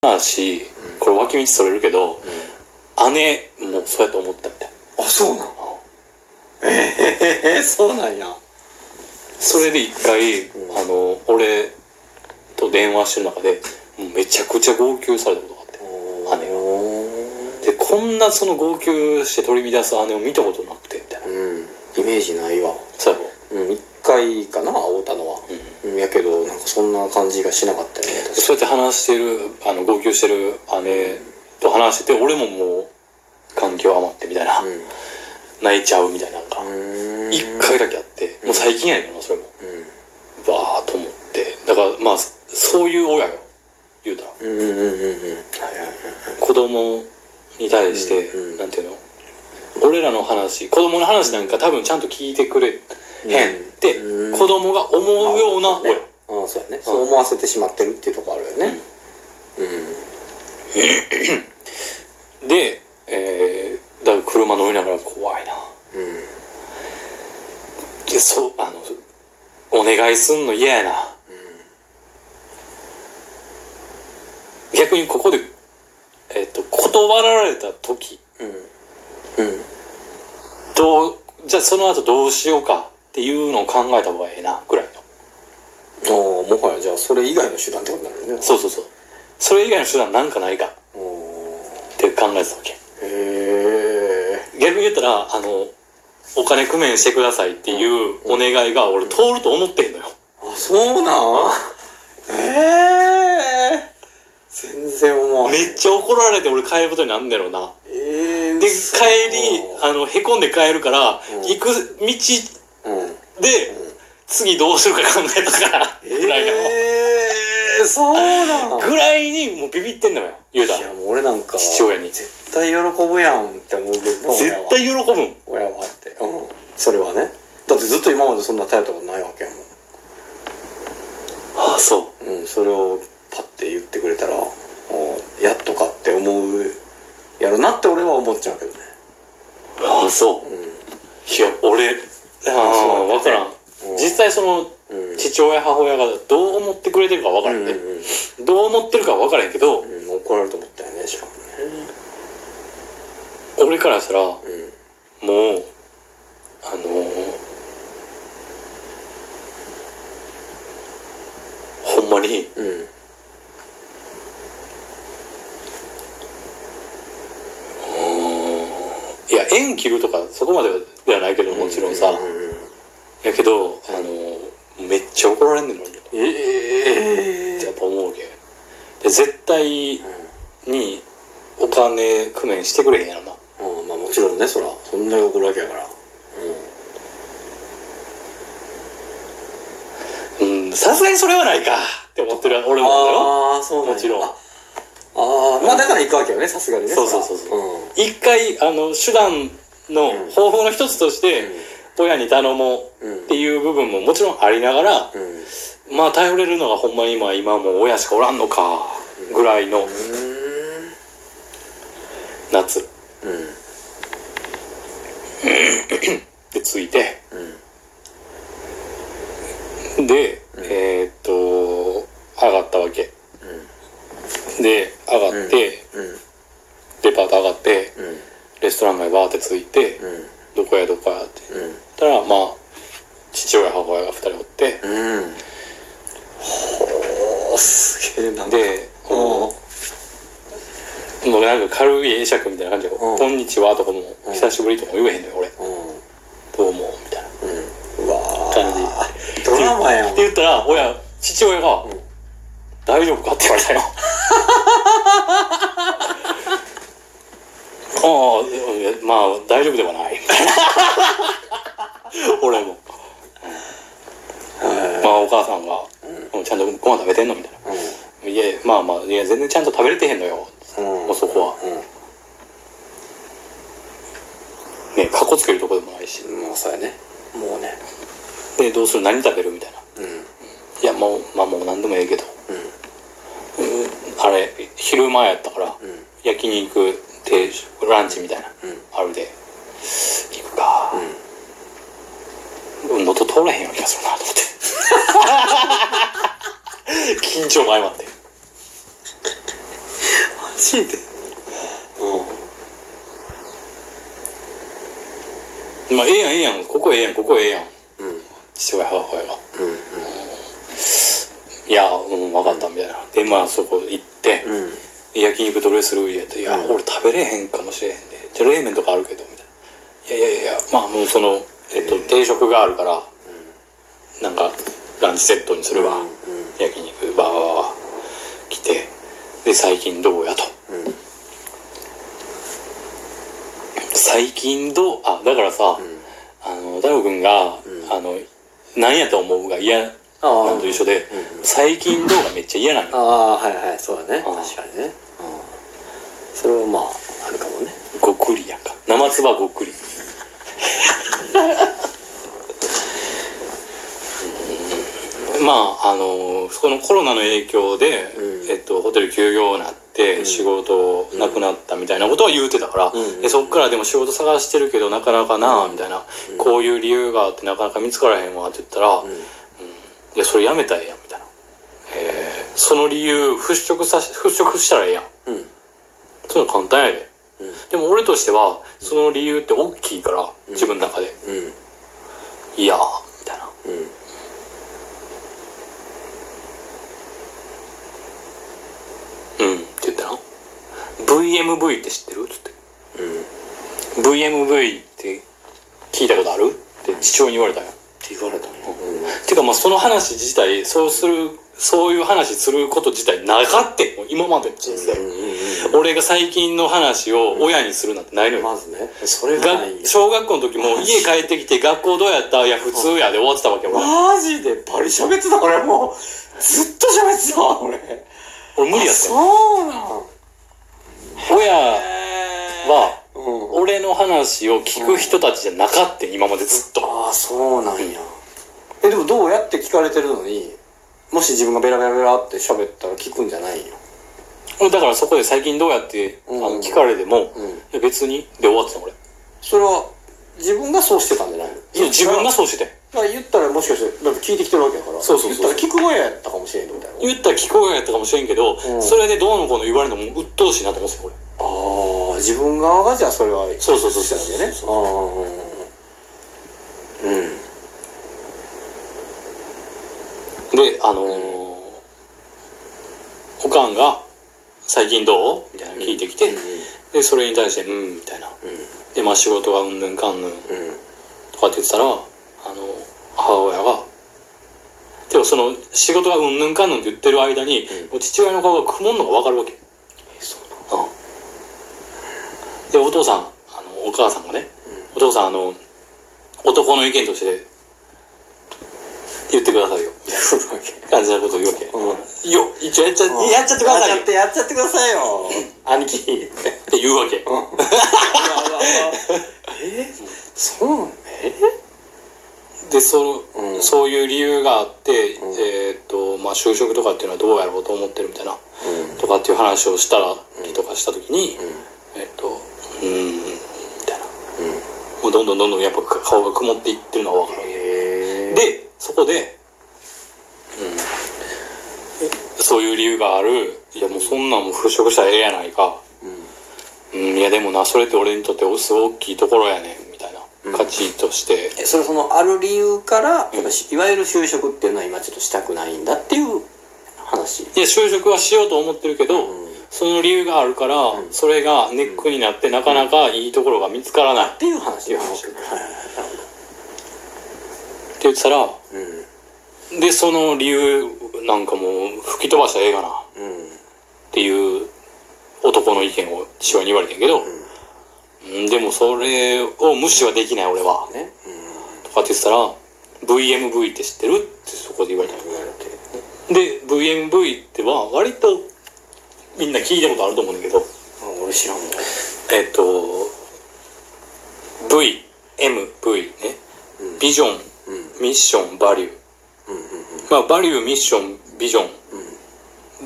なし、これ脇道それるけど、姉もそうやと思ったみたい。あそうなのええ そうなんやそれで一回、うんあの、俺と電話してる中で、もうめちゃくちゃ号泣されたことがあって。あで、れこんなその号泣して取り乱す姉を見たことなくて、みたいな。うんイメージないわそうやろうん一回かな会うたのはうんうんやけどなんかそんな感じがしなかったよねそうやって話してる、あの、号泣してる姉と話してて、俺ももう、感極余ってみたいな、確かに泣いちゃうみたいなのが、うん一回だけあって、もう最近やねんけどな、それも。わーっと思ってだからまあそういう親よ言うたらうんうんうんうんうんはいはいはい子供に対して、うんうんなんていうの俺らの話子供の話なんか多分ちゃんと聞いてくれへんって、うん子供が思うような親、ああそうやねそう思わせてしまってるっていうとこあるよねで、えー、だから車乗りながら怖いなうんうんでそうあのお願いすんの嫌やな、逆にここで、えっと断られた時うんうんどう、じゃあその後どうしようかっていうのを考えた方がええな、ぐらいの。ああもはやじゃあそれ以外の手段ってことになるよねそうそうそう。それ以外の手段なんかないかっうおて考えてたわけ。ーへえ逆に言ったら、あの、お金工面してくださいっていうお願いが俺通ると思ってんのよ。あそうなんええ全然思わへんめっちゃ怒られて俺帰ることになんねやろな。ええで、帰り、あの、へこんで帰るから、うん行く道うんで、次どうするか考えたから、ぐらいの。ええそうなんぐらいにもうビビってんのよ、 言うたいら。やもう俺なんか父親に。絶絶対喜ぶやんって思うけど対喜ぶん。親は親はってうんそれはねだってずっと今までそんな頼ったことないわけやもああ、そう。んうんそれをパッて言ってくれたらもうやっとかって思うやろなって俺は思っちゃうけどねああそういや俺ああそう分からんうん実際そのうんうん父親母親がどう思ってくれてるか分からんね、うんうんどう思ってるか分からへんけどうんうん怒られると思ったよねしかもね俺からしたらもううんあのーほんまにうんいや縁切るとかそこまでではないけどもちろんさ、うんうんうんやけどあのーめっちゃ怒られんねんのにええやっぱ思うけんで絶対にお金工面してくれへんやろなうんまあもちろんねそらそんなに怒るわけやからうんさすがにそれはないかって思ってる俺もだよああそうなんやもちろんああーまあだから行くわけよねさすがにねそうそうそうそう一回あの手段の方法の一つとして、親に頼もううんっていう部分ももちろんありながら、うんうんまあ頼れるのがほんまに今今もう親しかおらんのかぐらいの夏うんでついてうんで、えーっと上がったわけで上がって、うんデパート上がってうんレストラン街バーってついて、うんどこやどこやってうんうんたらまあ父親母親が2人おってうんほーすげえなんかでうんもうもうなんか軽い会釈みたいな感じで「うんこんにちは」とかもう「ん久しぶり」とかも言えへんのよ俺「うんうんどうも」みたいなうわ感じードラマやんって言ったら親父親がん「大丈夫か?」って言われ たよああいやまあ大丈夫では ないみたいな俺もまあお母さんが「うんちゃんとご飯食べてんの?」みたいな「いやまあまあいや全然ちゃんと食べれてへんのよ」うんもうそこはうねかっこつけるとこでもないしんもうそうやねもうねでどうする何食べるみたいなうんいやもうまあもう何でもええけど、うんあれ昼前やったから、ん焼肉定食ランチみたいな、んあるで行くか、うん、元通らへんような気がするなと 思って緊張が相まってしいでうんまあええやんええやんここええやんここええやんうんうん父親母親がうんいやうん分かったみたいなでまあそこ行って、うん焼肉どれする家って「いや、うん俺食べれへんかもしれへんでじゃあ冷麺とかあるけど」みたいな「いやいやいやまあもうその、えっとえー定食があるからなんかランチセットにするわ、うん焼肉バーバーバー来てで最近どうやとうんうん最近どうあだからさ、あの太郎くんが、うんあの何やと思うが嫌なああのと一緒で、うんうん最近どうがめっちゃ嫌なあのあはいはいそうだねうん確かにねうんそれはまああるかもねごっくりやんか生唾ごっくりうんまああのそこのコロナの影響で、うんえっと、ホテル休業になって、うん仕事なくなったみたいなことは言うてたから、うんでそっからでも仕事探してるけどなかなかなみたいな、うんこういう理由があってなかなか見つからへんわって言ったら、うんいや、それやめたらええやん、みたいな。えー、その理由、払拭さし、払拭したらええやん。うんそんなの簡単やで。うんでも俺としては、その理由って大きいから、ん自分の中で。うんいやー、みたいな。うんうん、って言ったな。VMV って知ってるつって。うん VMV って聞いたことあるって父親に言われたよ。って言われたねうてかまあその話自体、そうする、そういう話すること自体なかったよ。今までの人生。んうん俺が最近の話を親にするなんてないのうんよ。まずねそれががないよ小学校の時も家帰ってきて学校どうやったいや普通やで終わってたわけよ俺マジでバリ喋ってた俺もうずっと喋ってたわ俺俺無理やっあたよそうなん親ははうん俺の話を聞く人たちじゃなかった今までずっとああそうなんやえでもどうやって聞かれてるのにもし自分がベラベラベラって喋ったら聞くんじゃないよだからそこで最近どうやってあうのん聞かれてもうんいや別にで終わってた俺それは自分がそうしてたんじゃないのそう自分がそうしててだから言ったらもしかしてだって聞いてきてるわけだからそうそうそう言ったら聞く声やったかもしれんみたいな言ったら聞こえなかったかもしれんけどうんそれでどうのこうの言われるのもう鬱陶しいなと思ってた俺ああ自分側がじゃあそれはそうそうそうしそたうわけねああうんであのーおかんが「最近どう?」みたいなの聞いてきてでそれに対して「うん」みたいなうでまあ仕事がうんぬんかんぬんんうんうんとかって言ってたらあの母親がでもその仕事がうんぬんかんぬんって言ってる間に、うんもう父親の顔が曇るのが分かるわけ、そうなうんでお父さんあのお母さんがね、お父さんあの男の意見として言ってくださいよそうだけ感じなことを言うわけ、うよ一応やっちゃんやっちゃってくださいよやっちゃってやっちゃってくださいよ 兄貴って言うわけ、えそうえでそ,、ううんそういう理由があって、うんえーっとまあ就職とかっていうのはどうやろうと思ってるみたいなうんとかっていう話をしたらりとかした時に、うんえっとうーんみたいなうんもうどんどんどんどんやっぱ顔が曇っていってるのは分かるえででそこで、うん、そういう理由があるいやもうそんなんもう払拭したらええやないか、うん、いやでもなそれって俺にとってすごい大きいところやねんみたいな、うんカチッとしてえそれそのある理由からんやっぱしいわゆる就職っていうのは今ちょっとしたくないんだっていう話いや就職はしようと思ってるけど、うんその理由があるから、うんそれがネックになってなかなかいいところが見つからないっってていう話いうよ話はいはいはいなる言ってたらほどうんでその理由なんかもう吹き飛ばしたらええかなっうんていう男の意見を父親に言われてんけど、うん、でもそれを無視はできない俺はねとかって言ってたら VMV って知ってるってそこで言われた言われでて VMV っては割とみんな聞いたことあると思うんだけどあ俺知らんもんえっと VMV ねうんビジョンうんミッションバリューうんうんうんまあバリューミッションビジョンう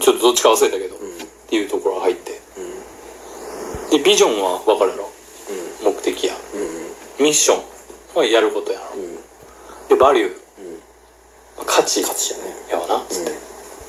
ちょっとどっちか忘れたけど、んっていうところが入ってうんでビジョンは分かるやろう目的やんうんミッションはやることやろうんでバリューうん価値勝ちやね嗯